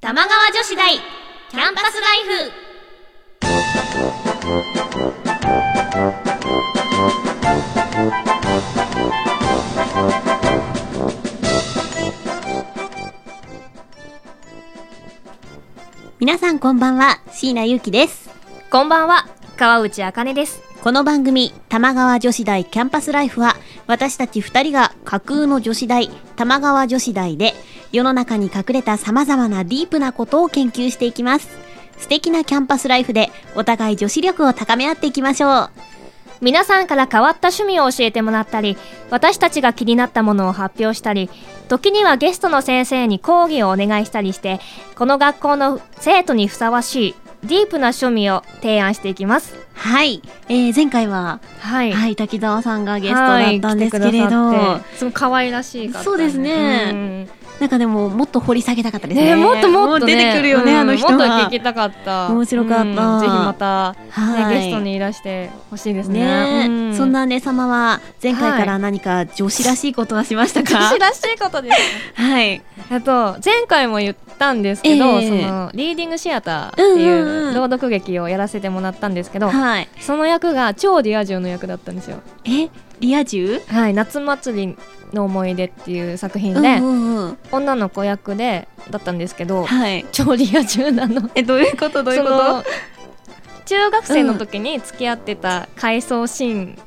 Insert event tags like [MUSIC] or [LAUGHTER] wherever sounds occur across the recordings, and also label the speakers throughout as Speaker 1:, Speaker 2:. Speaker 1: 玉川女子大キャンパスライフ皆さんこんばんは椎名優樹です
Speaker 2: こんばんは、川内あかねです。
Speaker 1: この番組「玉川女子大キャンパスライフは」私たち2人が架空の女子大玉川女子大で世の中に隠れた様々なディープなことを研究していきます素敵なキャンパスライフでお互い女子力を高め合っていきましょう
Speaker 2: 皆さんから変わった趣味を教えてもらったり、私たちが気になったものを発表したり、時にはゲストの先生に講義をお願いしたりして、この学校の生徒にふさわしいディープな趣味を提案していきます。
Speaker 1: はい、えー、前回は、
Speaker 2: はい。
Speaker 1: はい、滝沢さんがゲストだったんですけれど、
Speaker 2: すごい可愛らしい方
Speaker 1: そうですね
Speaker 2: うん
Speaker 1: なんかでももっと掘り下げたかったですね
Speaker 2: ね、もっともっと、ね、
Speaker 1: 出てくるよね、
Speaker 2: うん
Speaker 1: あの人は
Speaker 2: もっと聞きたかった。
Speaker 1: 面白かった
Speaker 2: うんぜひまた、ね
Speaker 1: はい
Speaker 2: ゲストにいらしてほしいですね。
Speaker 1: ねえ、
Speaker 2: うん
Speaker 1: そん
Speaker 2: [LAUGHS]
Speaker 1: な姉様は前回から何か女子らしいことはしましたか、
Speaker 2: 女子らしいことですね。
Speaker 1: はい。
Speaker 2: あと前回も言ったんですけど、
Speaker 1: ええ
Speaker 2: そのリーディングシアターってい
Speaker 1: んうんう
Speaker 2: うんう朗読劇をやらせてもらったんですけど、
Speaker 1: はい。
Speaker 2: その役が超リア充の役だったんですよ。
Speaker 1: え、リア充
Speaker 2: はい、夏祭りの思い出っていう作
Speaker 1: う
Speaker 2: 品
Speaker 1: ん
Speaker 2: で、
Speaker 1: うんうん。
Speaker 2: 女の子役でだったんですけど、
Speaker 1: はい。
Speaker 2: 超リア充なの。
Speaker 1: え、どういうこと [LAUGHS] どういうこ
Speaker 2: その中学生の時に付き合ってた回想シーン、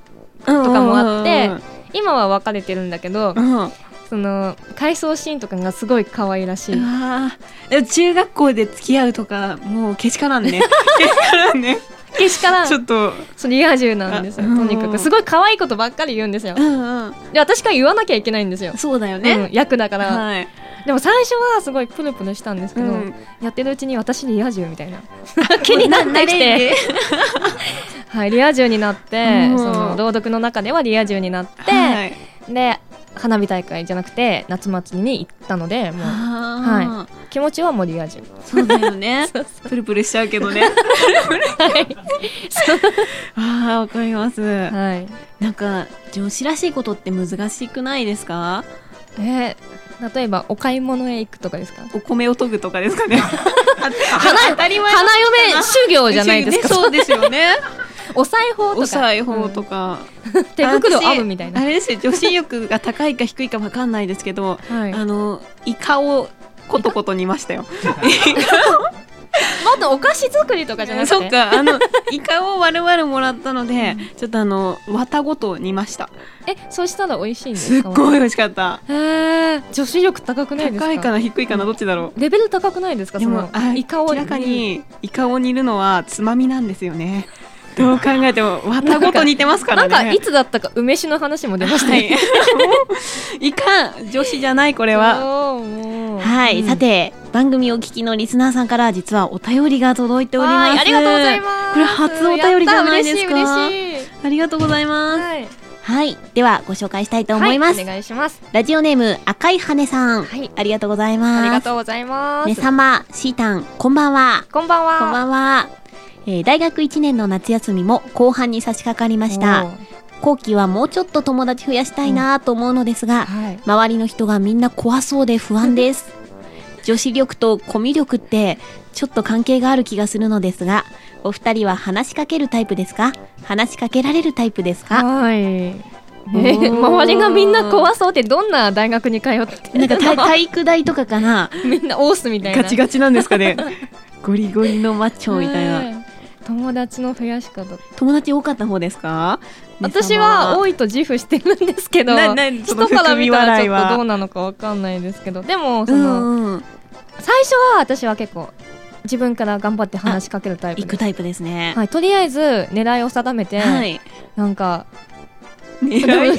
Speaker 1: と
Speaker 2: とかもあって今は別れてるんだけど、
Speaker 1: うん。う
Speaker 2: その回想シーンとかがすごい可愛らしい。
Speaker 1: わー中学校で付き合うとか、もうけしからん [LAUGHS] ね。けしからんね。
Speaker 2: けしからん
Speaker 1: ちょっと。
Speaker 2: そうリア充なんですよ
Speaker 1: あうん
Speaker 2: とにかくすごい可愛いことばっかり言うんですよ
Speaker 1: うんうん。
Speaker 2: で私が言わなきゃいけないんですよ、
Speaker 1: そうだよね。
Speaker 2: うん役だから、
Speaker 1: はい。
Speaker 2: でも最初はすごいプルプルしたんですけど、
Speaker 1: うん
Speaker 2: やってるうちに私リア充みたい
Speaker 1: [LAUGHS]
Speaker 2: な気になってきて、。はい、リア充になって、
Speaker 1: うん
Speaker 2: その朗読の中ではリア充になっ
Speaker 1: [LAUGHS]
Speaker 2: て、
Speaker 1: はい。
Speaker 2: で花火大会じゃなくて夏祭りに行ったのでもう
Speaker 1: は
Speaker 2: 気持ちはもうリア充
Speaker 1: い。 [LAUGHS] そうだよね。プルプルしちゃうけど [LAUGHS] ね。ああ、わかります。
Speaker 2: はい
Speaker 1: なんか、女子らしいことって難しくないですか
Speaker 2: えー例えばお買い物へ行くとかですか
Speaker 1: お米を研ぐとかですか [LAUGHS] ね。
Speaker 2: 花
Speaker 1: 当たり前
Speaker 2: 花嫁修行じゃないです
Speaker 1: [LAUGHS]
Speaker 2: か
Speaker 1: そうですよね。
Speaker 2: [LAUGHS] お裁縫とか
Speaker 1: お裁縫とか。
Speaker 2: うん手袋編むみたいな
Speaker 1: あ、れですよ、女子力が高いか低いかわかんないですけど、
Speaker 2: はい、も
Speaker 1: あの、イカをコトコト煮ましたよ。
Speaker 2: っとお菓子作りとかじゃなくて
Speaker 1: そっか、あの、イカを丸々もらったので、ちょっとあの、綿ごと煮ました。
Speaker 2: えそうしたら美味しいんです
Speaker 1: っ
Speaker 2: か
Speaker 1: ごい美味しかった。
Speaker 2: へえ女子力高くないですか
Speaker 1: 高いかな低いかなどっちだろう。
Speaker 2: レベル高くないですか
Speaker 1: で
Speaker 2: そ
Speaker 1: も
Speaker 2: の、
Speaker 1: あ
Speaker 2: イカを
Speaker 1: 明らかにイカを煮るのはつまみなんですよ
Speaker 2: [LAUGHS]
Speaker 1: ね。どう考えても綿ごと煮てますから
Speaker 2: な
Speaker 1: ね。
Speaker 2: んかいつだったか梅酒の話も出まし
Speaker 1: [LAUGHS]
Speaker 2: たね、
Speaker 1: はい。いかん女子じゃないこれは。
Speaker 2: そうもう
Speaker 1: はい、
Speaker 2: うん
Speaker 1: さて番組お聞きのリスナーさんから実はお便りが届いており
Speaker 2: わ
Speaker 1: ます。
Speaker 2: ーありがとうございます
Speaker 1: これ初お便りじゃないですか
Speaker 2: やった嬉しい嬉しい
Speaker 1: ありがとうございます。
Speaker 2: はい
Speaker 1: はい、ではご紹介したいと思います。
Speaker 2: はいお願いします
Speaker 1: ラジオネーム赤い羽さん、
Speaker 2: はい
Speaker 1: ありがとうございます。
Speaker 2: ありがとうございます、
Speaker 1: ねさまシータンこんばんは。
Speaker 2: こんばんは
Speaker 1: こんばんは。えー大学1年の夏休みも後半に差し掛かりました。後期はもうちょっと友達増やしたいなと思うのですが、
Speaker 2: はい
Speaker 1: 周りの人がみんな怖そうで不安です。 [LAUGHS] 女子力とコミュ力ってちょっと関係がある気がするのですが、お二人は話しかけるタイプですか話しかけられるタイプですか
Speaker 2: はいえ
Speaker 1: おー
Speaker 2: 周りがみんな怖そうってどんな大学に通って
Speaker 1: なんか [LAUGHS] 体体育大とかかな
Speaker 2: [LAUGHS] みんなオースみたいな
Speaker 1: ガチガチなんですかね。 [LAUGHS] ゴリゴリのマッチョみたいな。
Speaker 2: な友達の増やし方
Speaker 1: 友達多かった方ですか
Speaker 2: 私は
Speaker 1: 多い
Speaker 2: 多いと自負してるんですけど
Speaker 1: ななその
Speaker 2: 人から見たらちょ
Speaker 1: 含み笑
Speaker 2: っとどう
Speaker 1: いは
Speaker 2: なのかわかんないですけどでも
Speaker 1: う
Speaker 2: その、
Speaker 1: んうん。
Speaker 2: 最初は私は結構自分から頑張って話しかけるタイプ
Speaker 1: 行
Speaker 2: で
Speaker 1: くタイプですね。
Speaker 2: はい、とりあえず狙いを定めて、
Speaker 1: はい。
Speaker 2: なんか
Speaker 1: [LAUGHS]
Speaker 2: [LAUGHS]
Speaker 1: 狙い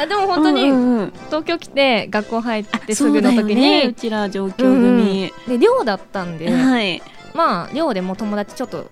Speaker 2: あでも本当に
Speaker 1: うんうんうん
Speaker 2: 東京来て学校入っ
Speaker 1: あ
Speaker 2: てすぐの
Speaker 1: そうだ
Speaker 2: 時
Speaker 1: よ
Speaker 2: に、
Speaker 1: ねうちら上京
Speaker 2: うん
Speaker 1: 組、
Speaker 2: で寮だったんで、
Speaker 1: はい
Speaker 2: まあ寮でも友達ちょっと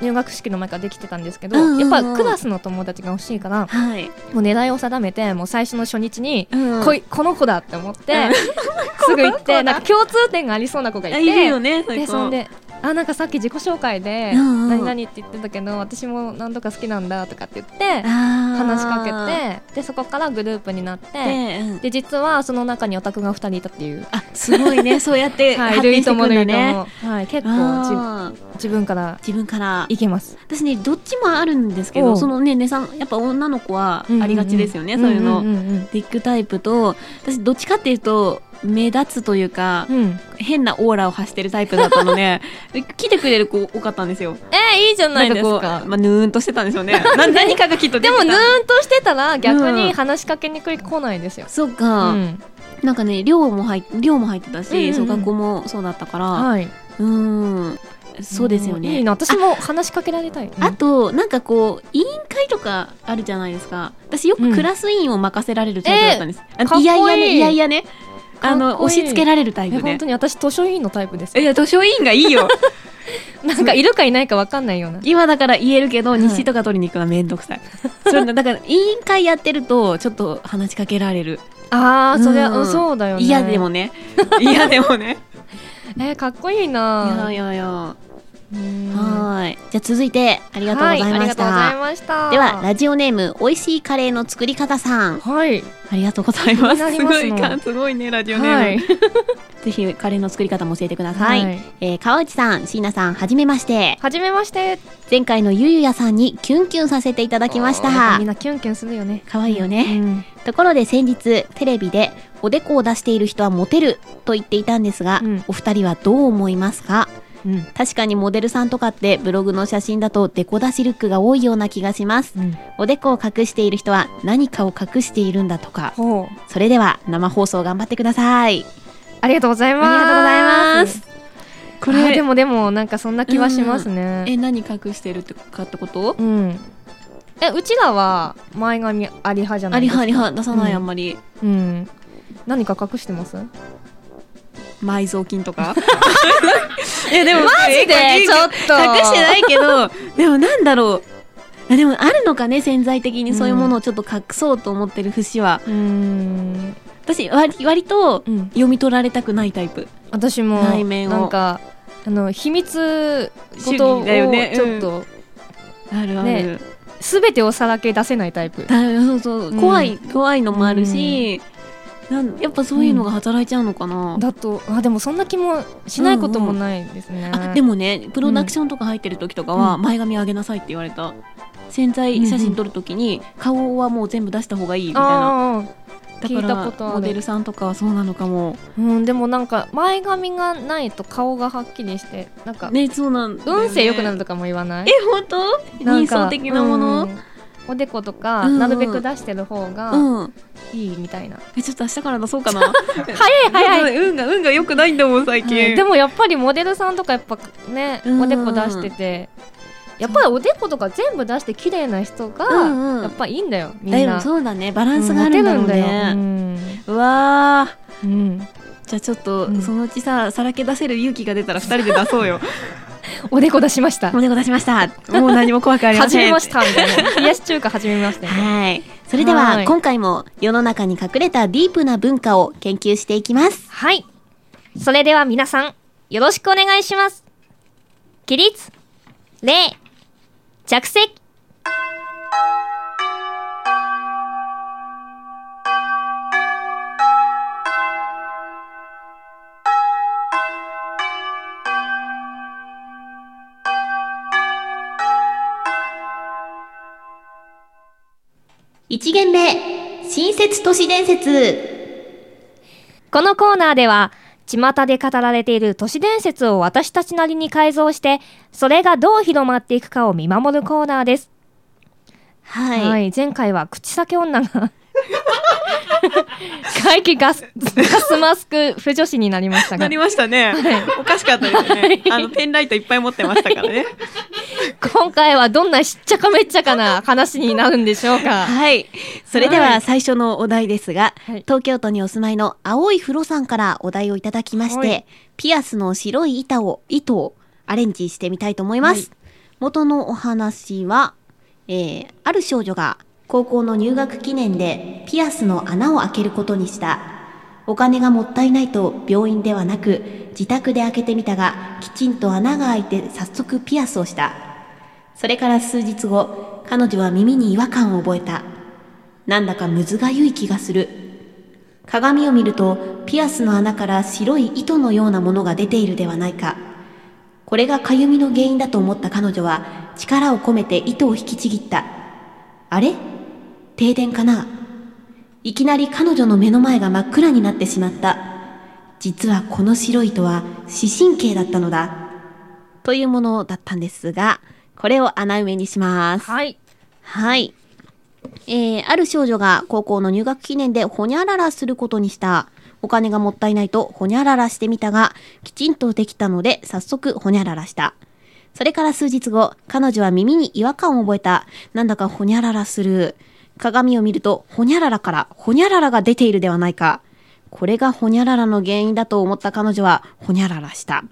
Speaker 2: 入学式の前からできてたんですけど、
Speaker 1: うんうんうん
Speaker 2: やっぱクラスの友達が欲しいから
Speaker 1: はい、
Speaker 2: もう狙いを定めてもう最初の初日に、
Speaker 1: うん
Speaker 2: こいこの子だって思って、
Speaker 1: うん
Speaker 2: [LAUGHS] すぐ行っ
Speaker 1: この子だ
Speaker 2: てなんか共通点がありそうな子がい
Speaker 1: あ
Speaker 2: て
Speaker 1: いるよねそういう
Speaker 2: で
Speaker 1: 子
Speaker 2: そんであなんかさっき自己紹介で「
Speaker 1: うんうん
Speaker 2: 何々」って言ってたけど私も何とか好きなんだとかって言って話
Speaker 1: 話
Speaker 2: しかけてでそこからグループになって
Speaker 1: で、うん
Speaker 2: で実はその中にオタクが2人いたっていう。
Speaker 1: あすごいねそうやって
Speaker 2: [LAUGHS] はい、
Speaker 1: 発展していくんだ
Speaker 2: 類とも類と
Speaker 1: ね
Speaker 2: も、はい、結構
Speaker 1: あー
Speaker 2: じ自分から
Speaker 1: 自分から
Speaker 2: いけます。
Speaker 1: 私ねどっちもあるんですけ
Speaker 2: お
Speaker 1: ど
Speaker 2: う
Speaker 1: そのねねさんやっぱ女の子はありがちですよね、そういうの、
Speaker 2: んんうん
Speaker 1: ビッグタイプと私どっちかっていうと目立つというか
Speaker 2: うんうん
Speaker 1: 変なオーラを発してるタイプだったの
Speaker 2: [LAUGHS]
Speaker 1: でで来てくれる子多かったんですよ
Speaker 2: えー、いいじゃないです
Speaker 1: なん
Speaker 2: か
Speaker 1: こう、。まあ、ぬーんとしてたんでしょう
Speaker 2: [LAUGHS]
Speaker 1: ねな何かがきっと出
Speaker 2: で
Speaker 1: て
Speaker 2: も
Speaker 1: た
Speaker 2: ぬーんとしてたら逆
Speaker 1: うん
Speaker 2: に話しかけにくい来ないですよ。
Speaker 1: そうか、
Speaker 2: うん
Speaker 1: なんかね寮も入っ寮も入ってたし、
Speaker 2: うんうんうん
Speaker 1: そう学校もそうだったから、
Speaker 2: はい。
Speaker 1: うーんそうですよ
Speaker 2: ん
Speaker 1: ね
Speaker 2: いいな私も話しかけられたい。
Speaker 1: あとなんかこう委員会とかあるじゃないですか私よくクラス委員を任せられるタイプだったんです、あの
Speaker 2: かっこいい
Speaker 1: やいやねいやいやねあ
Speaker 2: かっ
Speaker 1: の
Speaker 2: こいい
Speaker 1: 押し付けられるタイ
Speaker 2: え
Speaker 1: プ
Speaker 2: 本
Speaker 1: ね
Speaker 2: 当に私図書委員のタイプです。
Speaker 1: いや図書委員がいいよ
Speaker 2: なんかいるかいないかわかんないような。
Speaker 1: 今だから言えるけど
Speaker 2: はい
Speaker 1: 日誌とか取りに行くのはめんどくさい、それだから委員会やってるとちょっと話しかけられる
Speaker 2: ああそれは、
Speaker 1: うん
Speaker 2: うんそうだよね。
Speaker 1: 嫌、でもね嫌でもね
Speaker 2: えーかっこいい
Speaker 1: い
Speaker 2: な。
Speaker 1: やいやいやは
Speaker 2: うん
Speaker 1: ーいじゃあ続いてありがとうござい
Speaker 2: はあ
Speaker 1: ま
Speaker 2: り
Speaker 1: した、
Speaker 2: がとうございました。
Speaker 1: ではラジオネームおいしいカレーの作り方さん
Speaker 2: はい
Speaker 1: ありがとうございます。
Speaker 2: 気になり
Speaker 1: す
Speaker 2: ま
Speaker 1: ご
Speaker 2: す
Speaker 1: い
Speaker 2: の
Speaker 1: 感、すごいね、ラジオネーム。
Speaker 2: はい
Speaker 1: ぜひ、カレーの作り方も教えてください。
Speaker 2: はい
Speaker 1: えー川内さん、椎名さん、はじめまして。
Speaker 2: はじめまして。
Speaker 1: 前回のゆゆやさんにキュンキュンさせていただきまし
Speaker 2: あー
Speaker 1: た
Speaker 2: みん。なキュンキュンするよね。
Speaker 1: 可愛いよね。
Speaker 2: うん
Speaker 1: ところで先日、テレビで、おでこを出している人はモテると言っていたんですが、
Speaker 2: うん
Speaker 1: お二人はどう思いますか
Speaker 2: うん
Speaker 1: 確かにモデルさんとかってブログの写真だとデコ出しルックが多いような気がします。
Speaker 2: うん。
Speaker 1: おでこを隠している人は何かを隠しているんだとか。
Speaker 2: ほう。
Speaker 1: それでは生放送頑張ってください。
Speaker 2: ありがとうございます。
Speaker 1: ありがとうございます。こ
Speaker 2: これでもでもなんかそんな気はしますね。
Speaker 1: 何隠してるってかってこと
Speaker 2: うん。えうちらは前髪あり派じゃな
Speaker 1: あ
Speaker 2: いで
Speaker 1: り
Speaker 2: すか。
Speaker 1: はりは出さない、
Speaker 2: うん
Speaker 1: あんまり
Speaker 2: うん。何か隠してます？
Speaker 1: 埋蔵金とかいやでもマ
Speaker 2: マジでちょっと
Speaker 1: 隠してないけ
Speaker 2: [LAUGHS]
Speaker 1: どでもなんだろうあでもあるのかね潜在的にそういうものをちょっと隠そうと思ってる節は、
Speaker 2: うーん。
Speaker 1: 私割割と
Speaker 2: うん。
Speaker 1: 読み取られたくないタイプ
Speaker 2: 私も
Speaker 1: 内面を
Speaker 2: なんかあの秘密ごと
Speaker 1: 主
Speaker 2: を
Speaker 1: 義だよねうん
Speaker 2: ちょっと
Speaker 1: あるある、
Speaker 2: ねすべてをさらけ出せないタイプ。
Speaker 1: だそうそう、
Speaker 2: うん
Speaker 1: 怖い怖いのもあるし、なんやっぱそういうのが働いちゃうのかな、
Speaker 2: だとあでもそんな気もしないこともないですね。
Speaker 1: あで
Speaker 2: も
Speaker 1: もねプロダクションとか入ってる時とかは
Speaker 2: う
Speaker 1: 前髪上げなさいって言われた、潜在写真撮る時に顔はもう全部出した方がいいみたいな、
Speaker 2: あ
Speaker 1: だ
Speaker 2: 聞いた
Speaker 1: か
Speaker 2: ことあ
Speaker 1: ら
Speaker 2: る
Speaker 1: モデルさんとかはそうなのかも
Speaker 2: あうんでもなんか前髪がないと顔がはっきりしてなんか
Speaker 1: ねそうなんだよね
Speaker 2: 運勢良くなるとかも言わない
Speaker 1: え本当
Speaker 2: なん
Speaker 1: 人
Speaker 2: か
Speaker 1: 相的なもの
Speaker 2: うんおでこと
Speaker 1: う
Speaker 2: か
Speaker 1: んうん
Speaker 2: なるべく出してる方
Speaker 1: う
Speaker 2: が
Speaker 1: ん、
Speaker 2: いいみたいな、
Speaker 1: えちょっと明日から出そう [LAUGHS] かな
Speaker 2: 早い早い、
Speaker 1: い運が運が良くないんだもん最近、
Speaker 2: はいでもやっぱりモデルさんとかやっぱね
Speaker 1: うん
Speaker 2: おでこ出しててやっぱりおでことか全部出して綺麗な人が
Speaker 1: うんうん
Speaker 2: やっぱいいんだよみん
Speaker 1: だいぶ
Speaker 2: な
Speaker 1: そうだねバラ
Speaker 2: う
Speaker 1: ン
Speaker 2: ん
Speaker 1: スがあるんだろうね、
Speaker 2: モテるんだよ
Speaker 1: うわー
Speaker 2: うんうん
Speaker 1: じゃあちょっと、
Speaker 2: うん
Speaker 1: そのうちささらけ出せる勇気が出たら二人で出そう [LAUGHS] よ
Speaker 2: おでこ出しました
Speaker 1: おでこ出しましたもう何も怖くありま
Speaker 2: 始
Speaker 1: せん
Speaker 2: めましたみたいな冷やし中華始めましたよね
Speaker 1: はい。それでは、
Speaker 2: はい
Speaker 1: 今回も世の中に隠れたディープな文化を研究していきます。
Speaker 2: はい。それでは皆さん、よろしくお願いします。起立、礼、着席。
Speaker 1: 1限目、新設都市伝説。
Speaker 2: このコーナーでは、巷で語られている都市伝説を私たちなりに改造して、それがどう広まっていくかを見守るコーナーです。
Speaker 1: は。
Speaker 2: はいい。前回は口先女が。 [LAUGHS] 怪奇ガス、ガスマスク不女子になりましたが、
Speaker 3: なりましたね。おかしかったですね。あの、ペンライトいっぱい持ってましたからね。
Speaker 2: 今回はどんなしっちゃかめっちゃかな話になるんでしょうか。
Speaker 1: [LAUGHS] はい。それで
Speaker 2: は
Speaker 1: はい最初のお題ですが、
Speaker 2: はい
Speaker 1: 東京都にお住まいの青い風呂さんからお題をいただきまして、
Speaker 2: はい
Speaker 1: ピアスの白い板を、糸をアレンジしてみたいと思います。元のお話は、えー、ある少女が高校の入学記念でピアスの穴を開けることにした。お金がもったいないと病院ではなく自宅で開けてみたがきちんと穴が開いて早速ピアスをしたそれから数日後彼女は耳に違和感を覚えたなんだかむずがゆい気がする鏡を見るとピアスの穴から白い糸のようなものが出ているではないかこれがかゆみの原因だと思った彼女は力を込めて糸を引きちぎったあれ停電かないきなり彼女の目の前が真っ暗になってしまった実はこの白い糸は視神経だったのだというものだったんですがこれを穴埋めにします
Speaker 2: はい。
Speaker 1: はい。えー、ある少女が高校の入学記念でほにゃららすることにした。お金がもったいないとほにゃららしてみたが、きちんとできたので早速ほにゃららした。それから数日後、彼女は耳に違和感を覚えた。なんだかほにゃららする。鏡を見ると、ほにゃららからほにゃららが出ているではないか。これがほにゃららの原因だと思った彼女はほにゃららした。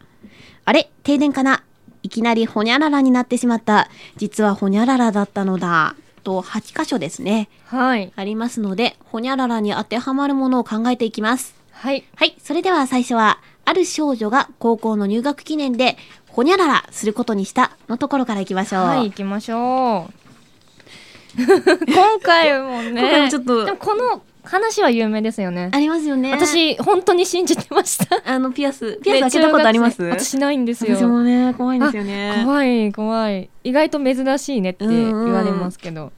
Speaker 1: あれ停電かないきなりほにゃららになってしまった。実はほにゃららだったのだ。と、8箇所ですね。
Speaker 2: はい。
Speaker 1: ありますので、ほにゃららに当てはまるものを考えていきます。
Speaker 2: はい。
Speaker 1: はい、それでは最初は、ある少女が高校の入学記念で、ほにゃららすることにしたのところからいきましょう。
Speaker 2: はい、行きましょう。今回もね。
Speaker 3: 今回もちょっと
Speaker 2: でもこの話は有名ですよね。
Speaker 1: ありますよね。、
Speaker 2: 私、本当に信じてました。
Speaker 1: あの、ピアス、ピ
Speaker 2: ピ
Speaker 1: アス開けたことあります
Speaker 2: 私ないんですよ。
Speaker 3: 私もね、怖いんですよね。
Speaker 2: 怖い怖い意外と珍しいねって言われますけど、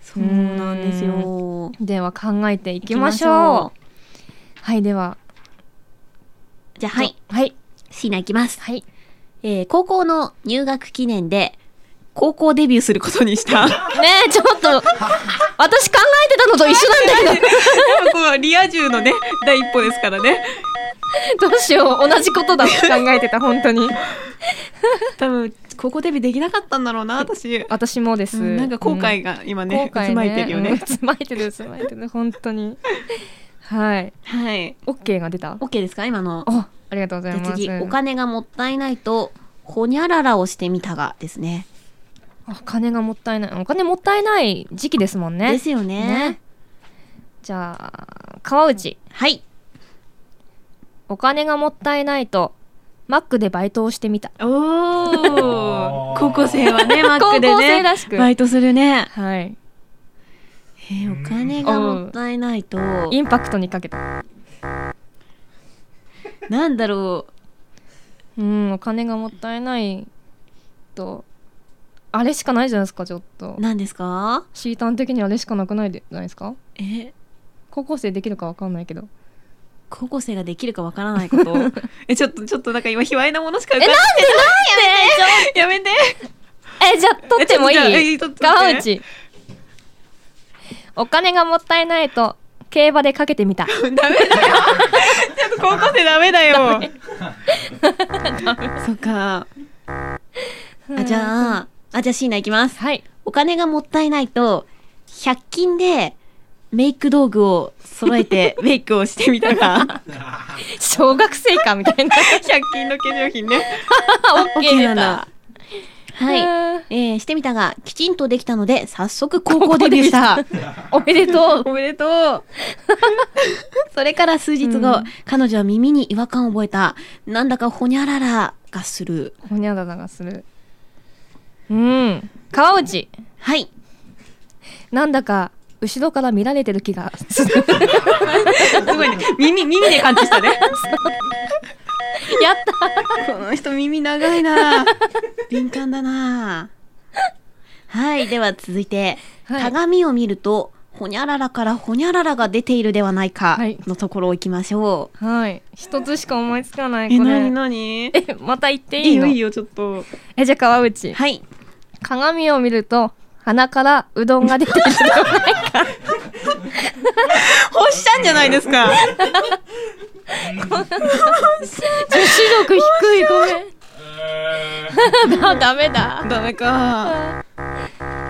Speaker 1: そうなんですよ。
Speaker 2: では考えていきましょうはいでは
Speaker 1: じゃあ、はい、
Speaker 2: はい
Speaker 1: シーナいきます。
Speaker 2: はい
Speaker 1: えー、高校の入学記念で、高校デビューすることにし
Speaker 3: [LAUGHS]
Speaker 1: た。で
Speaker 2: ねえちょっと私考えてたのと一緒なんだけ
Speaker 3: もこうリア充 [LAUGHS] のね、第一歩ですからね。
Speaker 2: どどうしよう同じことだって考えてた本当に
Speaker 3: 多分、高校デビューできなかったんだろうな、私。
Speaker 2: 私もです、
Speaker 3: うんなんか後悔
Speaker 2: が
Speaker 3: が今ね、渦巻いてるよね。
Speaker 2: つまいてるつまいてる本当にはい
Speaker 3: はい。
Speaker 2: OK が出た
Speaker 1: OK ですか今の。
Speaker 2: あありがとうござい
Speaker 1: じゃあ
Speaker 2: ます
Speaker 1: 次、お金がもったいないと、ほにゃららをしてみたがですね。
Speaker 2: お金がもったいないお金もったいない時期ですもんね
Speaker 1: ですよね
Speaker 2: ねじゃあ川内
Speaker 1: はい。
Speaker 2: お金がもったいないとマックでバイトをしてみた
Speaker 3: お
Speaker 4: ー
Speaker 3: ー。高校生はね、マックでね。
Speaker 2: 高校生らしく
Speaker 3: バイトするね。
Speaker 2: はい
Speaker 1: えー、お金がもったいないと、
Speaker 2: インパクトにかけた
Speaker 1: なんだろ
Speaker 2: うんお金がもったいないとあれしかないじゃないですかちょっと
Speaker 1: う。何ですか
Speaker 2: シータン的にあれしかなくないでじゃないですか
Speaker 1: えー
Speaker 2: 高校生できるかわかんないけど
Speaker 1: 高校生ができるかわからないこと。なんで
Speaker 3: [LAUGHS] え、ちょっと、ちょっとなんか今、卑猥なものしか浮かんでやめて
Speaker 2: えじゃあ取ってもい
Speaker 3: えちょっとじゃあえちょっと
Speaker 2: い川
Speaker 3: 待って
Speaker 2: 内お金がもったいないと競馬でかけて [LAUGHS] みた
Speaker 3: ダメだよちょっと高校生ダメだよ [LAUGHS]
Speaker 1: そっか。あ、じゃあ、あ、じゃあシーナいきます。
Speaker 2: はい
Speaker 1: お金がもったいないと、100均でメイク道具を揃え
Speaker 3: [LAUGHS]
Speaker 1: てメイクをしてみたが、
Speaker 2: 小学生かみた [LAUGHS] いな
Speaker 3: 100均の化粧品ね
Speaker 2: オッケー出た。
Speaker 1: はい。
Speaker 2: い
Speaker 1: えー、してみたが、きちんとできたので、早速高校デビューした。
Speaker 2: おめでとう。
Speaker 3: おめでとう
Speaker 1: それから数日後、
Speaker 2: うん
Speaker 1: 彼女は耳に違和感を覚えた。なんだかほにゃららがする。
Speaker 2: ほにゃららがする。うん。川内、
Speaker 1: はい。
Speaker 2: なんだか、後ろから見られてる
Speaker 3: [LAUGHS]
Speaker 2: 気がする。
Speaker 3: すごいね耳耳で感知したね
Speaker 1: [LAUGHS]
Speaker 2: やった
Speaker 3: この人耳長いな
Speaker 1: 敏感だなはい。では続いて、
Speaker 2: はい
Speaker 1: 鏡を見ると、ほにゃららからほにゃららが出ているではないか
Speaker 2: はい、
Speaker 1: のところを行きましょう。
Speaker 2: はい。一つしか思いつかない、
Speaker 3: え、
Speaker 2: こ
Speaker 3: なに
Speaker 2: れ。
Speaker 3: なに
Speaker 2: え、また言って
Speaker 3: い
Speaker 2: い
Speaker 3: い
Speaker 2: いの
Speaker 3: よいいよ、ちょっと
Speaker 2: え、じゃあ川内。
Speaker 1: はい。
Speaker 2: 鏡を見ると、鼻からうどんが出て
Speaker 3: [LAUGHS]
Speaker 2: る。
Speaker 3: 干したんじゃないですか
Speaker 2: 女子力低い、ごめん。だ、ダメだ。
Speaker 3: ダメ
Speaker 2: [LAUGHS]
Speaker 3: か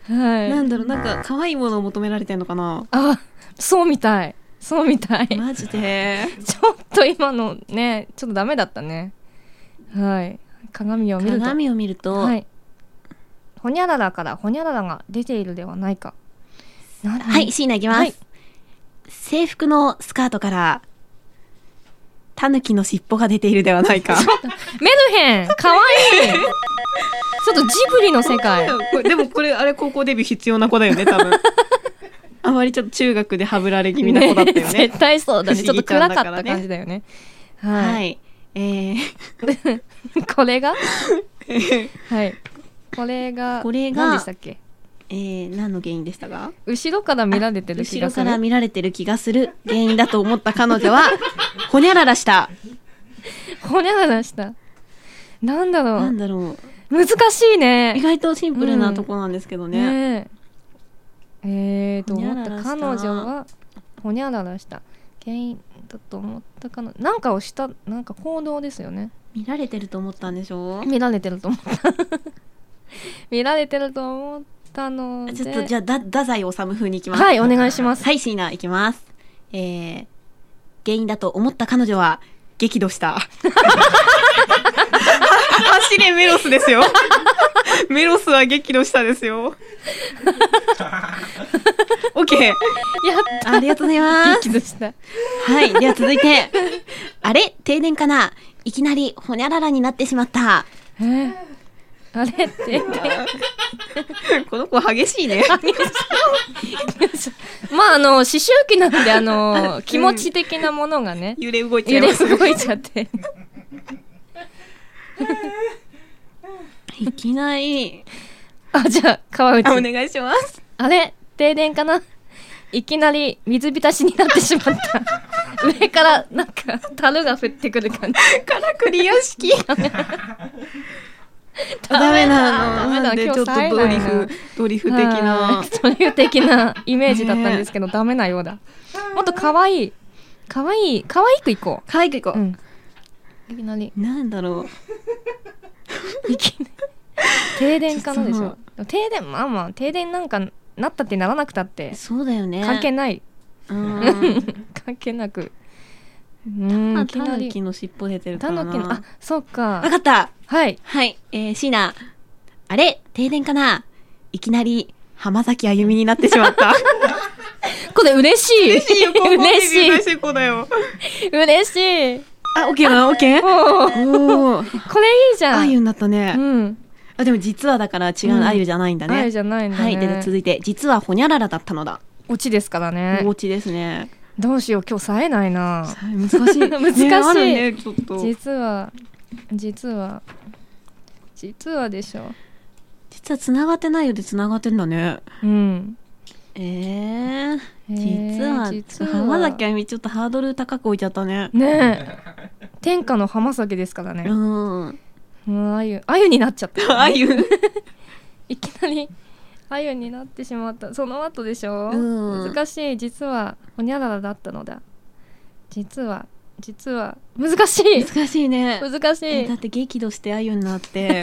Speaker 3: な
Speaker 2: はい。
Speaker 3: んだろう、なんか可愛いものを求められてんのかな
Speaker 2: あ、そうみたい。そうみたい。
Speaker 3: マジで
Speaker 2: ちょっと今のね、ちょっとダメだったね。はい。鏡を見ると。
Speaker 1: 鏡を見ると、
Speaker 2: はい。ほにゃららからほにゃららが出ているではないか。な
Speaker 1: はい、シーナいきます。
Speaker 2: はい
Speaker 1: 制服のスカートから、タヌキの尻尾が出ているではないか。
Speaker 2: メルヘンかわ [LAUGHS] いいちょっとジブリの世界
Speaker 3: これ [LAUGHS] でもこれあれ高校デビュー必要な子だよね多
Speaker 2: [LAUGHS]
Speaker 3: 分あまりちょっと中学でハブられ気味な子だったよね
Speaker 2: [LAUGHS] 絶対そうだねち
Speaker 3: 不
Speaker 2: ょっ
Speaker 3: 思
Speaker 2: と
Speaker 3: 議ちゃ
Speaker 2: 暗
Speaker 3: んだ
Speaker 2: か
Speaker 3: か
Speaker 2: った
Speaker 3: らね
Speaker 2: 感じだよね
Speaker 1: は。
Speaker 2: はい
Speaker 1: えー、
Speaker 2: いこれがはいこれが
Speaker 1: これが
Speaker 2: 何でしたっけ
Speaker 1: えー、何の原因でしたか
Speaker 2: 後ろから見られてる気
Speaker 1: 後
Speaker 2: が
Speaker 1: ろ
Speaker 2: する
Speaker 1: から見られてる気がする原因だと思った彼女は、
Speaker 2: [LAUGHS]
Speaker 1: ほにゃららした。
Speaker 2: ほにゃららしたなんだろ
Speaker 1: なん
Speaker 2: う
Speaker 1: だろ。
Speaker 2: 難しいう
Speaker 1: 意
Speaker 2: ね
Speaker 1: 外とシンプルなとこなんですけどね。
Speaker 2: ねええー、と思った
Speaker 1: ほ
Speaker 2: 彼
Speaker 1: にゃららした
Speaker 2: 女はほにゃららした原因だと思った彼女なんかをしたなんか行動ですよね
Speaker 1: 見られてると思ったんでしょ
Speaker 2: 見られてると思った [LAUGHS] 見られてると思ったので
Speaker 1: ちょっとじゃあ、だ、太宰治風に行きます。
Speaker 2: はいお願いします
Speaker 1: はい、シーナ行きます。えー、原因だと思った彼女は、激怒した。
Speaker 3: 走れメロスですよメロスは激怒したですよオッケー
Speaker 2: やっ
Speaker 1: ありがとうございま
Speaker 2: た
Speaker 1: す。
Speaker 2: 激怒した
Speaker 1: はい、では続いて。あれ停電かないきなり、ほにゃららになってしまった。
Speaker 2: えーあれって
Speaker 1: [LAUGHS]
Speaker 3: この子激しいね
Speaker 2: まああの思春期なんで
Speaker 1: [LAUGHS]
Speaker 2: あの気持ち的なものがね
Speaker 3: 揺れ動いちゃ
Speaker 2: 揺
Speaker 3: いま
Speaker 2: れ
Speaker 3: す
Speaker 2: 動いちゃって
Speaker 1: いきなり。
Speaker 2: あじゃあ川内
Speaker 3: あお願いします
Speaker 2: あれ停電かないきなり水浸しになってしまった。上からなんか樽が降ってくる感じ。
Speaker 3: からくり屋敷
Speaker 2: ダ
Speaker 3: ダメ
Speaker 2: メな
Speaker 3: な
Speaker 2: の
Speaker 3: のなんでち
Speaker 2: ダ
Speaker 3: ょ
Speaker 2: メ
Speaker 3: っと
Speaker 2: だ今日
Speaker 3: ドリ
Speaker 2: 冴えない
Speaker 3: フ
Speaker 2: な
Speaker 3: ドリフ的な
Speaker 2: はいそういう的なイメージだったんですけど、ダメなようだ。もっと可愛い。可愛い、可愛くいこ
Speaker 1: 可愛く行こ
Speaker 2: う。う
Speaker 1: う。
Speaker 2: ん。いきなり。
Speaker 1: なんだろう。
Speaker 2: いきなり。停電かなでしょ。でも停電、まあまあ、停電なんかなったってならなくたって、
Speaker 1: そうだよね。
Speaker 2: 関係ない。
Speaker 1: うん。
Speaker 2: 関係なく。うーん、いき
Speaker 1: タ
Speaker 2: な
Speaker 1: ヌ
Speaker 2: り
Speaker 1: キ。の尻尾出てるか
Speaker 2: タ
Speaker 1: らな。
Speaker 2: ヌキの、あ、そう
Speaker 1: わ
Speaker 2: か。
Speaker 1: かった。
Speaker 2: はい。
Speaker 1: はい。えー、シーナ。あれ停電かないきなり、浜崎あゆみになってしまった。
Speaker 2: これ嬉しい。
Speaker 3: 嬉しいよ高校デビュー
Speaker 2: 嬉
Speaker 3: ら
Speaker 2: し
Speaker 3: しい子だよ
Speaker 2: い。嬉しい。
Speaker 1: あ、オッケーな、オッケー
Speaker 2: おー
Speaker 1: おー。
Speaker 2: これいいじゃん。
Speaker 1: あゆになったね。
Speaker 2: うん。
Speaker 1: あ、でも実はだから違
Speaker 2: う
Speaker 1: う、
Speaker 2: ん
Speaker 1: あゆじゃないんだ
Speaker 2: あゆ
Speaker 1: ね。
Speaker 2: じゃないんだね。
Speaker 1: はい。で、続いて、実はほにゃららだったのだ。
Speaker 2: オチですから
Speaker 1: お
Speaker 2: ね。
Speaker 1: 家ですね。
Speaker 2: どうしよう、今日冴えないな。
Speaker 1: 難しい。
Speaker 2: [LAUGHS] 難しい
Speaker 1: ねあるね、ちょっと。
Speaker 2: 実は、実は、実はでしょ。
Speaker 1: 実は繋がってないようで繋がってんだね。
Speaker 2: うん。
Speaker 1: えー。
Speaker 2: へー
Speaker 1: 実は、
Speaker 2: 実は
Speaker 1: 浜崎あゆみちょっとハードル高く置いちゃったね。
Speaker 2: ね
Speaker 1: [LAUGHS]
Speaker 2: え。天下の浜崎ですから
Speaker 1: う
Speaker 2: ね。
Speaker 1: ん。
Speaker 2: うん、あゆ、あゆになっちゃった。
Speaker 3: あゆ
Speaker 2: いきなり、あゆになってしまった。その後でしょ
Speaker 1: うん
Speaker 2: 難しい。実は、ほにゃららだったのだ。実は、実は、難しい。
Speaker 1: 難しいね。
Speaker 2: 難し
Speaker 1: え
Speaker 2: い
Speaker 1: だ。って激怒してあゆにな
Speaker 2: [LAUGHS]
Speaker 1: って。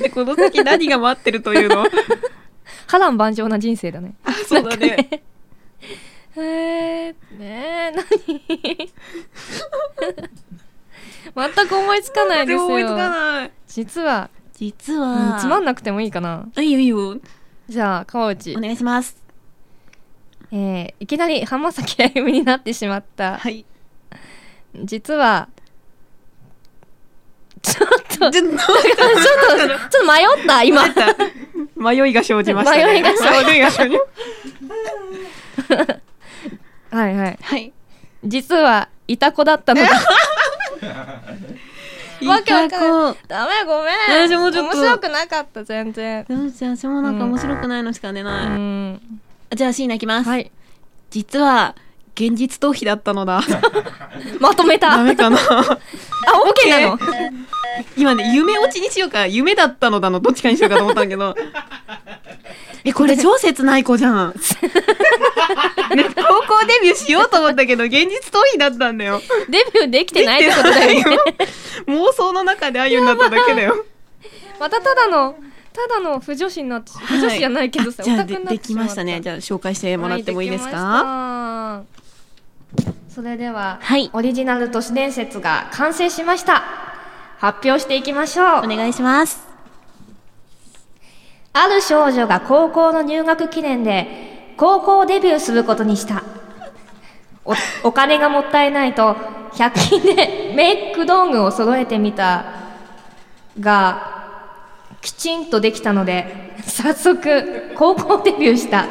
Speaker 3: でこの先何が待ってるというの
Speaker 2: 波乱万丈な人生だね。
Speaker 3: あそうだね
Speaker 2: へえー、ねえ、なに [LAUGHS] 全く思いつかないで
Speaker 3: で
Speaker 2: す
Speaker 3: も思いつか
Speaker 2: よ。
Speaker 3: ない
Speaker 2: 実は、
Speaker 1: 実
Speaker 2: う
Speaker 1: は、
Speaker 2: んつまん
Speaker 1: な
Speaker 2: なくてもいいかな。
Speaker 1: い。いよいいよ。
Speaker 2: じゃあ、川内
Speaker 1: お。願いします。
Speaker 2: えー、いきなり浜崎あゆみになってしまった。
Speaker 3: はい
Speaker 2: 実は、ちょっと、ち [LAUGHS] ょっと、ち
Speaker 3: ちょっ
Speaker 2: ょっと迷った、今。
Speaker 3: 迷いが生じましたね
Speaker 2: 迷いが生
Speaker 3: 迷いが生じ
Speaker 2: はいはい。
Speaker 1: はい。
Speaker 2: 実は、いた子だったのだ。 [LAUGHS] わけわかんない
Speaker 1: こう。
Speaker 2: ダメ、ごめん。
Speaker 1: 私もちょっと
Speaker 2: 面白くなかった、全然。
Speaker 1: どうしよう私もなんか面白くないのしか出
Speaker 2: う
Speaker 1: ない。
Speaker 2: ん。
Speaker 1: じゃあ、シーナいきます。
Speaker 2: はい。
Speaker 1: 実は、現実逃避だったのだ。
Speaker 2: まとめた。
Speaker 3: ダ
Speaker 2: あ、
Speaker 3: メ
Speaker 2: [LAUGHS]
Speaker 3: かな
Speaker 2: OK なの。
Speaker 3: 今ね夢落ちにしようか夢だったのだのどっちかにしようかと思ったんだけど
Speaker 1: え、これ超切ない子じゃん。
Speaker 3: ね高校デビューしようと思ったけど現実逃避だったんだよ
Speaker 2: デビューできてないってことだよね。
Speaker 3: 妄想の中であゆになっただけだよ
Speaker 2: またただの、ただの不女子になって、不女子じゃないけどさ、
Speaker 1: じゃあ
Speaker 2: オタク
Speaker 1: で、
Speaker 2: になっ
Speaker 1: で
Speaker 2: て
Speaker 1: き
Speaker 2: しま
Speaker 1: ま
Speaker 2: っ。
Speaker 1: したたね。じゃあ、紹介してもらってもいいですか
Speaker 2: かそれでは、
Speaker 1: はい
Speaker 2: オリジナル都市伝説が完成しました。発表していきましょう。
Speaker 1: お願いします。
Speaker 2: ある少女が高校の入学記念で高校デビューすることにしたおお金がもったいないと100均でメイク道具を揃えてみたがきちんとできたので早速高校デビューした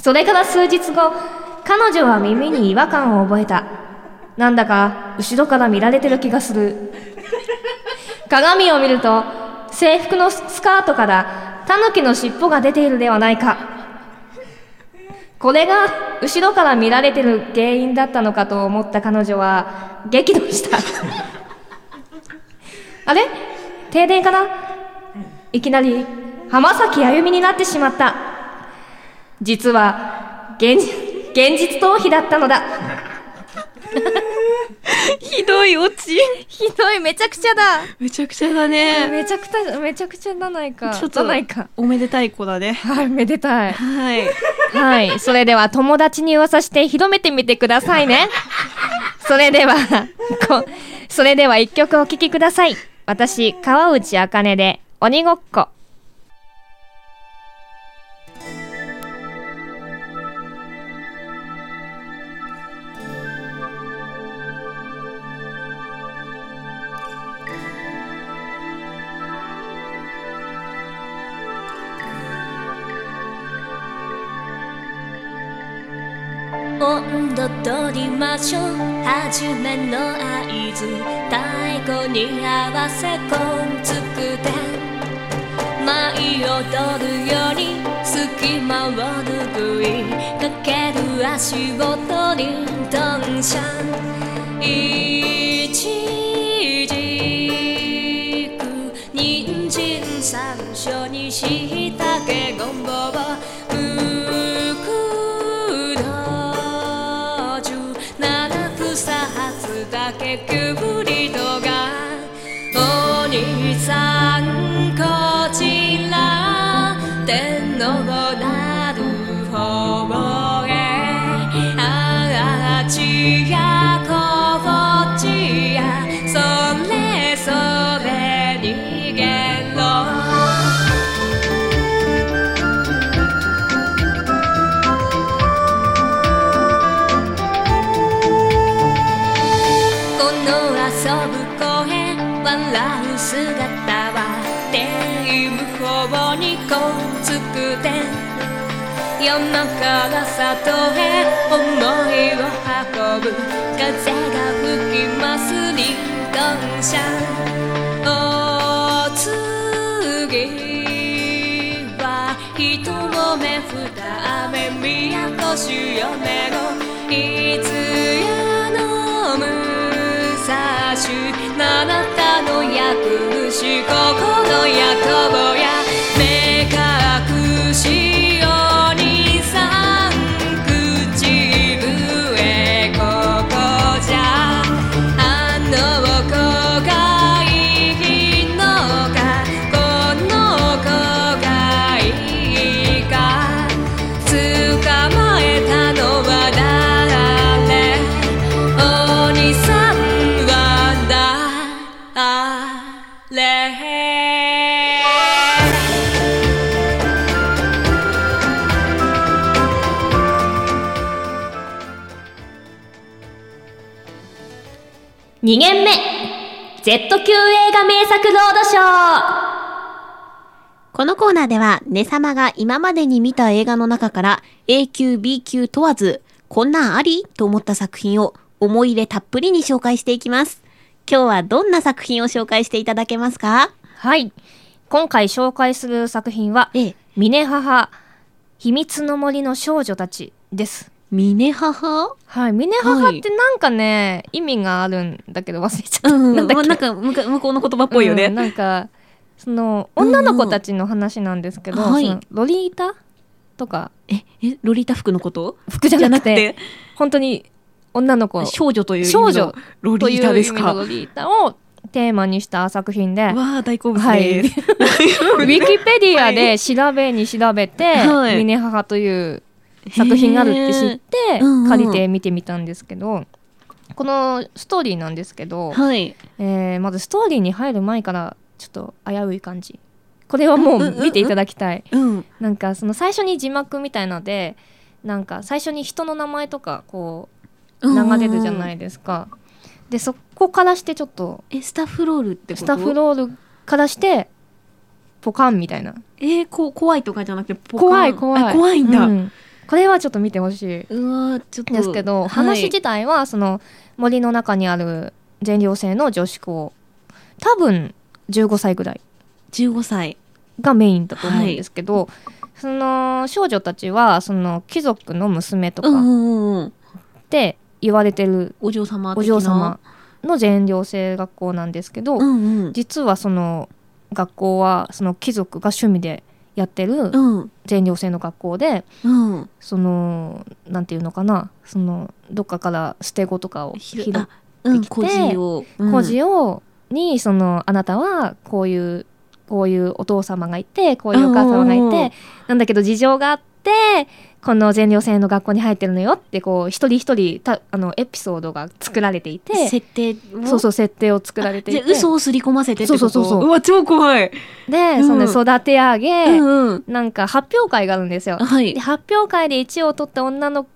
Speaker 2: それから数日後彼女は耳に違和感を覚えたなんだか後ろから見られてる気がする鏡を見ると制服のスカートからタヌキの尻尾が出ているではないかこれが後ろから見られてる原因だったのかと思った彼女は激怒した [LAUGHS] あれ停電かないきなり浜崎あゆみになってしまった実は現実現実逃避だったのだ
Speaker 3: ひどいオチ。
Speaker 2: ひどいめちゃくちゃだ
Speaker 3: めちゃくちゃだね。
Speaker 2: めちゃくちゃ、めちゃくちゃなないか。
Speaker 3: ちょっと
Speaker 2: なないか。
Speaker 3: おめでたい子だね。
Speaker 2: はい、めでたい。
Speaker 3: はい。
Speaker 2: はい、それでは友達に噂して広めてみてくださいね。それでは、こ、それでは一曲お聴きください。私、川内茜で、鬼ごっこ。
Speaker 4: 温度取りましょう初めの合図太鼓に合わせコンつくで舞い踊るように隙間を拭いかける足音にトンシャン一軸人参山椒にしいたけごんぼうむく道中七草初だけくぶりとがお兄さんこちら天皇なる方へああちやこっちやそれそれ逃げろこの遊ぶ声笑う姿は天向こうにこうつくて山から里へ思いを運ぶ風が吹きますリンシャンお次は一目二目都市よめごいつやの武蔵あなたの役主ここの役をや目隠しお兄さん口笛ここじゃあの子がいいのかこの子がいいか捕まえたのは誰お兄さんは誰
Speaker 2: 2限目 !Z 級映画名作ロードショー
Speaker 1: このコーナーでは、ねさまが今までに見た映画の中から、A 級、B 級問わず、こんなんありと思った作品を、思い入れたっぷりに紹介していきます。今日はどんな作品を紹介していただけますか
Speaker 2: はい。今回紹介する作品は、
Speaker 1: ええ、
Speaker 2: ミネハハ、秘密の森の少女たちです。
Speaker 1: ミネハハ
Speaker 2: はい、ミネハハってなんかね、意味があるんだけど忘れちゃった。
Speaker 1: うん、
Speaker 2: なんだっけ
Speaker 1: なんか向か向こうの言葉っぽいよね。
Speaker 2: うんなんかその女の子たちの話なんですけど、
Speaker 1: うんうんはい
Speaker 2: そのロリータとか
Speaker 1: え、え、ロリータ服のこと
Speaker 2: 服じ
Speaker 1: じ
Speaker 2: ゃ
Speaker 1: ゃ
Speaker 2: な
Speaker 1: な
Speaker 2: く
Speaker 1: く
Speaker 2: て
Speaker 1: て、
Speaker 2: 本当に女の子
Speaker 1: 少女という意味
Speaker 2: 少
Speaker 1: の
Speaker 2: 女
Speaker 3: ロ
Speaker 2: と
Speaker 3: リ
Speaker 2: い
Speaker 3: ー
Speaker 2: う意
Speaker 3: タで
Speaker 2: 味
Speaker 3: す
Speaker 2: の
Speaker 3: か。
Speaker 2: ロ
Speaker 3: わ
Speaker 2: リータをテーマにした作品で。
Speaker 3: あ、大好物
Speaker 2: はい、ウ
Speaker 3: です。
Speaker 2: ィキペディアで調べに調べて、
Speaker 3: はい
Speaker 2: ミネハハという作品があるって知って、
Speaker 1: へーうんうん
Speaker 2: 借りて見てみたんですけどこのストーリーなんですけど、 [LAUGHS]
Speaker 1: はい。
Speaker 2: えーまずストーリーに入る前からちょっと危うい感じこれはもう見ていただきたい、
Speaker 1: うん。
Speaker 2: なんかその最初に字幕みたいのでなんか最初に人の名前とかこう流れるじゃないですか。でそこからしてちょっと
Speaker 5: えスタッフロールってこと
Speaker 2: スタッフロールからしてポカンみたいな
Speaker 1: えー、こう怖いとかじゃなくてポカン
Speaker 2: 怖い怖い
Speaker 1: あ怖いんだ、う
Speaker 2: うんこれはちょっと見てほし
Speaker 1: わ
Speaker 2: い
Speaker 1: ーちょっと
Speaker 2: ですけど、
Speaker 1: はい
Speaker 2: 話自体はその森の中にある全寮制の女子校多分15歳ぐらい
Speaker 1: 15歳
Speaker 2: がメインだと思うんですけど、その少女たちはその貴族の娘と
Speaker 1: う
Speaker 2: か
Speaker 1: んう
Speaker 2: っ
Speaker 1: んうん
Speaker 2: て言われてる
Speaker 1: お嬢様的な
Speaker 2: お嬢様の全寮制学校なんですけど、
Speaker 1: うんうん
Speaker 2: 実はその学校はその貴族が趣味でやってる
Speaker 1: うん
Speaker 2: 全寮制の学校で
Speaker 1: うん
Speaker 2: そのなんていうのかなそのどっかから捨て子とかを拾っ
Speaker 1: あうん
Speaker 2: できて
Speaker 1: 孤児を
Speaker 2: 孤
Speaker 1: を
Speaker 2: 児をにそのあなたはこういうこういうお父様がいてこういうお母様がい
Speaker 1: うんうんうん
Speaker 2: てなんだけど事情があってこの全寮制の学校に入ってるのよってこう一人一人たあのエピソードが作られていて
Speaker 1: 設定を
Speaker 2: そうそう設定を作られてい
Speaker 1: じゃ
Speaker 2: て
Speaker 1: あ嘘をすり込ませてってこと
Speaker 2: そうそうそうそう
Speaker 1: うわ超怖い、
Speaker 2: で、
Speaker 1: うん
Speaker 2: その育て上げ、
Speaker 1: うんうん
Speaker 2: なんか発表会があるんですよ。
Speaker 1: はい
Speaker 2: で発表会で1位を取った女の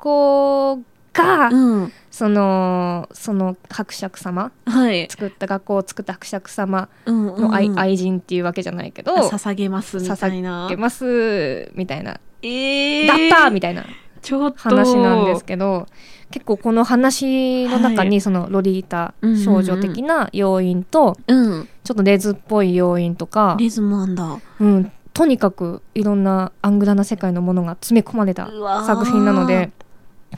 Speaker 2: 子が、
Speaker 1: うん
Speaker 2: そのその伯爵様
Speaker 1: はい
Speaker 2: 作った学校を作った伯爵様
Speaker 1: うんうんうん
Speaker 2: の愛,、愛人っていうわけじゃないけど
Speaker 1: 捧げますみたいな
Speaker 2: 捧げますみたいな、
Speaker 1: ええ
Speaker 2: だったみ
Speaker 1: たい
Speaker 2: たいな
Speaker 1: なちょっと
Speaker 2: 話なんですけど結構この話の中
Speaker 1: は
Speaker 2: にそのロリータ
Speaker 1: うんうんうん
Speaker 2: 少女的な要因と
Speaker 1: うん
Speaker 2: ちょっとレズっぽい要因とか、
Speaker 1: レズマンだ
Speaker 2: うん、とにかくいろんなアングラな世界のものが詰め込まれた
Speaker 1: うわー
Speaker 2: 作品なので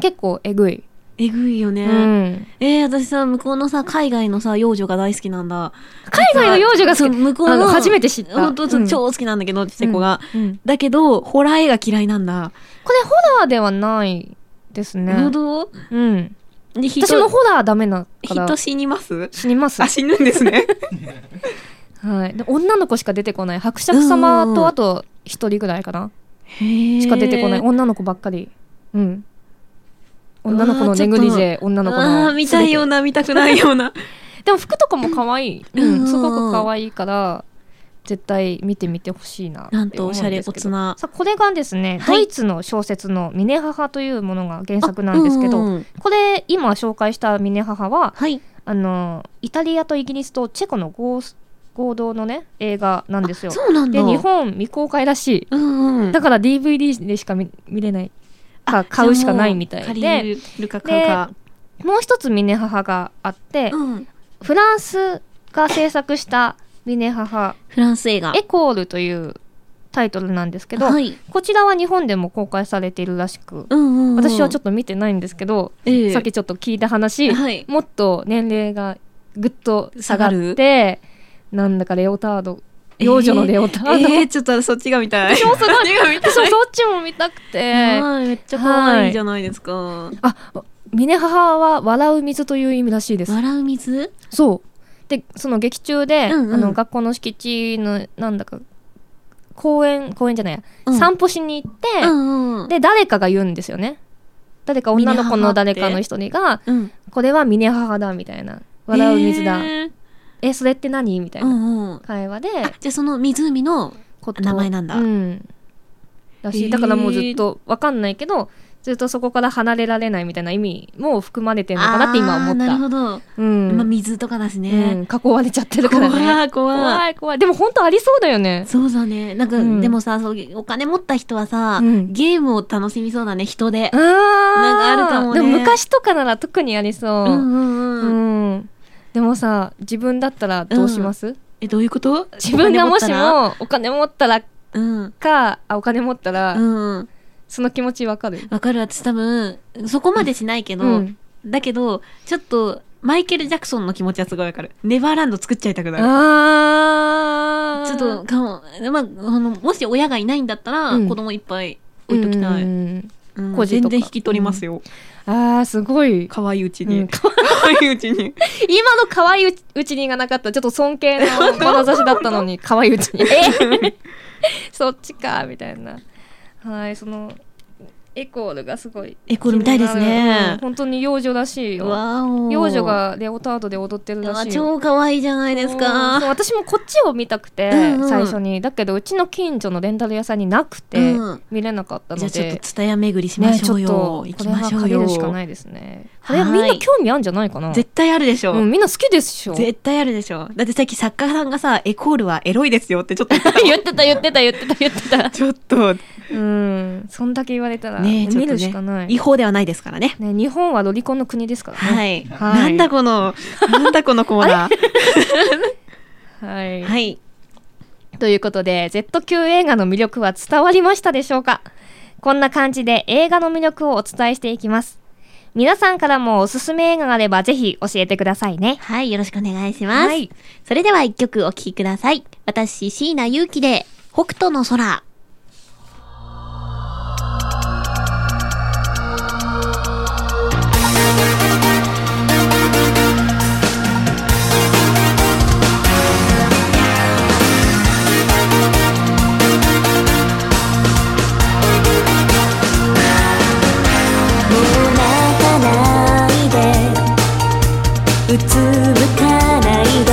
Speaker 2: 結構えぐい、
Speaker 1: えぐいよね、
Speaker 2: うん、
Speaker 1: えー、私さ向こうのさ海外のさ幼女が大好きなんだ
Speaker 2: 海外の幼女が好
Speaker 1: そう
Speaker 2: き
Speaker 1: 向こ
Speaker 2: あ
Speaker 1: うの
Speaker 2: の初めて知った
Speaker 1: 本当
Speaker 2: うん
Speaker 1: 超好きなんだけど、ちっちゃい子が、
Speaker 2: うん
Speaker 1: だけどホラー映画嫌いなんだ、
Speaker 2: これホラーではないですね、
Speaker 1: 本当
Speaker 2: うん、
Speaker 1: で人
Speaker 2: 私もホラーダメだから
Speaker 1: 人死にます
Speaker 2: 死にます
Speaker 1: あ、死ぬんですね。
Speaker 2: はい、で女の子しか出てこない伯爵様とあと一人ぐらいかな [LAUGHS] し
Speaker 1: し
Speaker 2: か出てこない女の子ばっかりうん女の子のネグリジェ女の子
Speaker 1: あ
Speaker 2: の
Speaker 1: ー見たいような、見たくないような。
Speaker 2: でも服とかも可愛い、
Speaker 1: うん
Speaker 2: うん、すごく可愛いから絶対見てみてほしいなって
Speaker 1: なんと
Speaker 2: 思うんですけど
Speaker 1: おしゃれおつな
Speaker 2: さあこれがですね、
Speaker 1: はい
Speaker 2: ドイツの小説の「ミネハハ」というものが原作なんですけど、これ今紹介した「ミネハハは」
Speaker 1: はい。
Speaker 2: あのイタリアとイギリスとチェコの合合同のね映画なんですよ
Speaker 1: そうなん
Speaker 2: で
Speaker 1: だ。
Speaker 2: 日本未公開らし
Speaker 1: うんう
Speaker 2: い
Speaker 1: ん。
Speaker 2: だから DVD でしか見見れないか買うしかないみたい
Speaker 1: じゃあもう
Speaker 2: で
Speaker 1: 借りるか買うか。
Speaker 2: もう一つ「ミネハハ」があって、
Speaker 1: うん。
Speaker 2: フランスが制作した「ミネハハ
Speaker 1: フランス映画。
Speaker 2: エコール」というタイトルなんですけど、
Speaker 1: はい。
Speaker 2: こちらは日本でも公開されているらしく、
Speaker 1: うんうんうん。
Speaker 2: 私はちょ
Speaker 1: っ
Speaker 2: っと見てないんですけど、
Speaker 1: と、ええ
Speaker 2: さっきちょっと聞いた話、
Speaker 1: はい。
Speaker 2: もっと年齢がぐっと下がっ
Speaker 1: 下
Speaker 2: てなんだかレオタード
Speaker 1: えー
Speaker 2: 幼女のレオタード、
Speaker 1: ええ、ちょっとそっちが見
Speaker 2: [LAUGHS]
Speaker 1: たい。
Speaker 2: 私もそれ
Speaker 1: そっちが見たい。
Speaker 2: 私も [LAUGHS] そっちも見たくて
Speaker 1: はいめっちゃ可愛いじゃないですか。
Speaker 2: あ峰母は笑う水という意味らしいです
Speaker 1: 笑う水
Speaker 2: そうでその劇中で、
Speaker 1: うんうん
Speaker 2: あの学校の敷地のなんだか公園公園じゃないや、散歩しに行って、
Speaker 1: うんうん。
Speaker 2: で誰かが言うんですよね誰か女の子の誰かの一人が
Speaker 1: うん、
Speaker 2: 「これは峰母だ」みたいな「笑う水だ」
Speaker 1: えー
Speaker 2: えそれって何?」みたいうなん
Speaker 1: うん。
Speaker 2: 会話で
Speaker 1: じゃあその湖の、
Speaker 2: こと
Speaker 1: 名前なんだ
Speaker 2: うんらし
Speaker 1: へ
Speaker 2: い
Speaker 1: ー
Speaker 2: だからもうずっとわかんないけどずっとそこから離れられないみたいな意味も含まれてるのかなって今思
Speaker 1: あーなる
Speaker 2: っ
Speaker 1: ほど。
Speaker 2: たうん、
Speaker 1: まあ水とかだし
Speaker 2: う
Speaker 1: ね。
Speaker 2: ん、囲われちゃってるから
Speaker 1: 怖い
Speaker 2: ね
Speaker 1: 怖い。
Speaker 2: 怖い怖いでも本当ありそうだよね
Speaker 1: そうだね。なんか、
Speaker 2: うん
Speaker 1: でもさ、そうお金持った人はさ、
Speaker 2: うん
Speaker 1: ゲームを楽しみそうだね、人で
Speaker 2: あ。なん
Speaker 1: かあるかもね
Speaker 2: でも昔とかなら特にありそう
Speaker 1: ん
Speaker 2: う、
Speaker 1: うんうん。
Speaker 2: うんでもさ自分だったらどうします、
Speaker 1: え、どういうこと
Speaker 2: 自分がも
Speaker 1: お
Speaker 2: し、
Speaker 1: 金持っ
Speaker 2: もお金持ったら
Speaker 1: たらうん。
Speaker 2: かあお金持ったら、
Speaker 1: うん。
Speaker 2: その気持ちわかる
Speaker 1: わかる。私多分、そこまでしないけど、
Speaker 2: うん
Speaker 1: だけど、ちょっと、マイケル・ジャクソンの気持ちはすごいわかる。ネバーランド作っちゃいたくなる。
Speaker 2: あー
Speaker 1: ちょっと、かも、まあ、あの、もし親がいないんだったら、
Speaker 2: うん
Speaker 1: 子供いっぱい置いときたい。
Speaker 2: う
Speaker 1: うん
Speaker 2: ん個
Speaker 1: 個
Speaker 2: 人
Speaker 1: 人
Speaker 2: と
Speaker 1: 全
Speaker 2: か
Speaker 1: 然引き取りますよ。
Speaker 2: あーすごい
Speaker 1: 可愛いうち
Speaker 2: うん
Speaker 1: に。
Speaker 2: か
Speaker 1: 可愛いうちに。
Speaker 2: 今の可愛いうちにがなかったらちょっと尊敬 [LAUGHS] の眼差しだったの [LAUGHS] に可愛いうちに [LAUGHS] えそっちかみたいなはいそのエコールがすごい
Speaker 1: エコールみたいですね
Speaker 2: 気になるうん本当に幼女らしい
Speaker 1: [LAUGHS]
Speaker 2: よ
Speaker 1: わお
Speaker 2: 幼女がレオタードで踊ってる
Speaker 1: う
Speaker 2: ら
Speaker 1: わ
Speaker 2: しいよ
Speaker 1: 超可愛いじゃないです
Speaker 2: うんそう
Speaker 1: か。
Speaker 2: 私もこっちを見たくて、
Speaker 1: うんうん
Speaker 2: 最初にだけどうちの近所のレンタル屋さんになくて、
Speaker 1: うん
Speaker 2: 見れなかったの
Speaker 1: じゃ
Speaker 2: で
Speaker 1: あちょっとツタヤ巡りしましょうよ。
Speaker 2: ね
Speaker 1: 行
Speaker 2: ちょ
Speaker 1: き
Speaker 2: っとこれは
Speaker 1: ましょう
Speaker 2: 限るしか
Speaker 1: よ。
Speaker 2: ないですねあれ、
Speaker 3: はい
Speaker 2: みんな興味あるんじゃないかな
Speaker 3: 絶対あるでしょ。
Speaker 2: うん、みんな好きでしょ言
Speaker 3: 絶対あるでしょ。だってさっき作家さんがさ、エコールはエロいですよって [LAUGHS]
Speaker 2: [LAUGHS]
Speaker 3: ちょっと言ってた
Speaker 2: ってた言ってた言ってた言ってた
Speaker 3: ちょっと、
Speaker 2: うんそんだけ言われたら、
Speaker 3: ねえ、ちょっ
Speaker 2: 見
Speaker 3: と
Speaker 2: るしかな
Speaker 3: ね
Speaker 2: い、
Speaker 3: 違法ではないですからね。
Speaker 2: ね、日本はロリコンの国ですからね
Speaker 3: はい。
Speaker 2: はい
Speaker 3: なんだこの、なんだこのコーナー。
Speaker 2: はい、
Speaker 3: はい。
Speaker 2: ということで Z 級映画の魅力は伝わりましたでしょうかこんな感じで映画の魅力をお伝えしていきます皆さんからもおすすめ映画があればぜひ教えてくださいね
Speaker 1: はい、よろしくお願いします。
Speaker 2: はい
Speaker 1: それでは一曲お聴きください。私、椎名祐希で、北斗の空。
Speaker 4: 「泣かないで」「うつむかないで」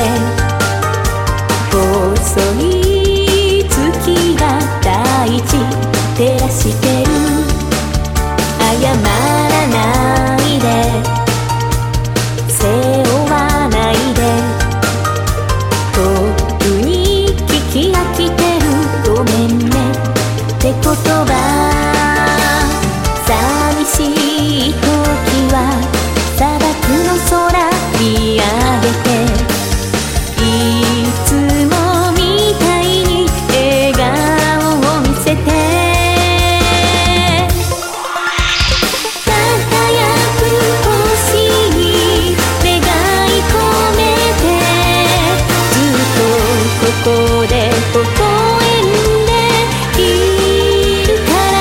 Speaker 4: 「細い月が大地照らしてる」「謝らないで」「背負わないで」「遠くに聞き飽きてるごめんね」って言葉寂しい時は砂漠の空見上げていつもみたいに笑顔を見せて輝く星に願い込めてずっとここで微笑んでいるから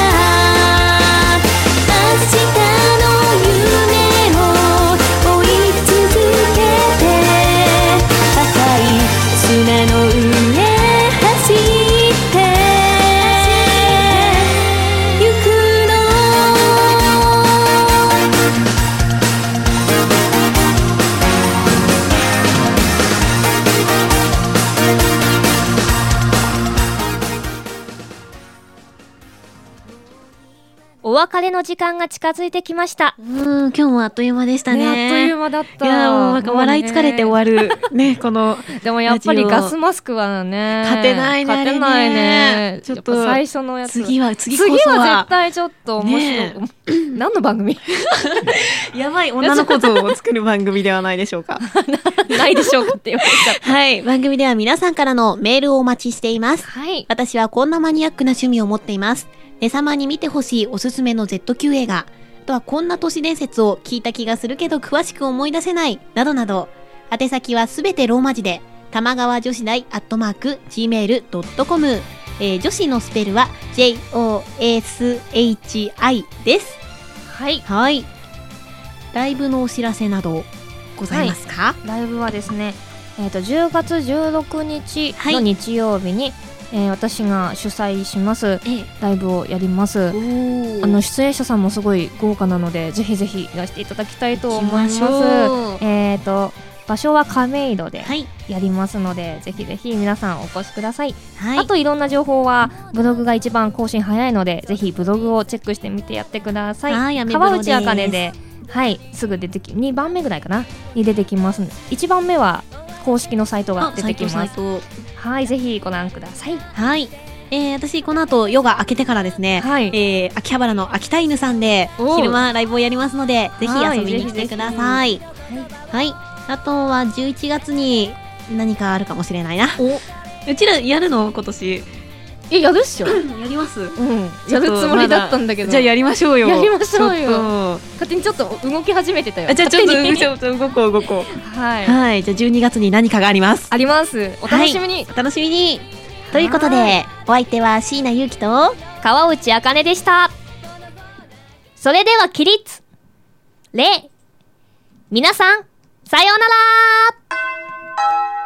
Speaker 4: 明日の夢を追い続けて赤い砂の上走ってゆくの
Speaker 2: お別れの時間が近づいてきました
Speaker 1: うーん、今日もあっという間でしたね。
Speaker 2: あっという
Speaker 1: う
Speaker 2: 間だっ
Speaker 3: い
Speaker 2: た
Speaker 3: やーもうなんか笑い疲れて終わる。ね、この、
Speaker 2: でもやっぱりガスマスクはね
Speaker 3: 勝てないね
Speaker 2: 勝てないね
Speaker 3: ちょっと
Speaker 2: やぱ最初のやつ
Speaker 3: 次は、次こ
Speaker 2: 次
Speaker 3: そ
Speaker 2: は
Speaker 3: は
Speaker 2: 絶、対ちょっと面
Speaker 3: ね
Speaker 2: 白い [LAUGHS] 何の番組
Speaker 3: [LAUGHS] やばい女の子像を作る番組ではないでしょうか。
Speaker 2: ないでしょうかって言われちゃった
Speaker 1: [LAUGHS] はい、番組では皆さんからのメールをお待ちしています。
Speaker 2: はい
Speaker 1: 私はこんなマニアックな趣味を持っています。ねさまに見てほしいおすすめの Z 級映画、あとはこんな都市伝説を聞いた気がするけど詳しく思い出せない、などなど、宛先はすべてローマ字で、玉川女子大アットマーク gmail.com、えー女子のスペルは JOSHI です。
Speaker 2: はい
Speaker 1: はい。ライブのお知らせなどございますか、
Speaker 2: ライブはですね、えー、と10月16日の日曜日に、えー私が主催します
Speaker 1: ええ
Speaker 2: ライブをやります
Speaker 1: お
Speaker 2: あの出演者さんもすごい豪華なのでぜひぜひいらしていただきたいと思います
Speaker 1: は
Speaker 2: えっ、と場所は亀戸で
Speaker 1: い。
Speaker 2: やりますので、ぜひぜひ皆さんお越しください、
Speaker 1: はい。
Speaker 2: あといろんな情報はブログが一番更新早いのでぜひブログをチェックしてみてやってください
Speaker 1: はいアメブロ
Speaker 2: 川内あかね
Speaker 1: で
Speaker 2: で、はい、すぐ出てき、2番目ぐらいかな、に出てきます。1番目は公式のサイトが
Speaker 1: あ
Speaker 2: 出てきま
Speaker 1: 斉
Speaker 2: す。
Speaker 1: 藤斉藤
Speaker 2: はい、ぜひご覧ください。
Speaker 1: はい。えー、私、この後、夜が明けてからですね、
Speaker 2: はい
Speaker 1: えー、秋葉原の秋田犬さんで、
Speaker 2: おう
Speaker 1: 昼間ライブをやりますので、ぜひ
Speaker 2: はい
Speaker 1: 遊びに来てください。はい。あとは、11月に何かあるかもしれないな。
Speaker 3: うちらやるの今年。
Speaker 2: え、やるっしょ。う
Speaker 3: やります
Speaker 2: ん、 [LAUGHS] やるつもりだったんだけど。
Speaker 3: じゃあやりましょうよ。
Speaker 2: やりましょうよ
Speaker 3: ちょっと
Speaker 2: 勝手にちょっと動き始めてたよ。
Speaker 3: あじゃあちょっ
Speaker 2: 勝手
Speaker 3: と、
Speaker 2: に
Speaker 3: ちょっと動こう動こう。
Speaker 2: はい。
Speaker 3: はい、じゃあ12月に何かがあります。
Speaker 2: あります。お楽しみに
Speaker 1: お。楽しみにということ
Speaker 2: は
Speaker 1: で、お相手は椎名ゆうきと、
Speaker 2: 川内あかねでした。それでは、起立。礼。皆さん、さようなら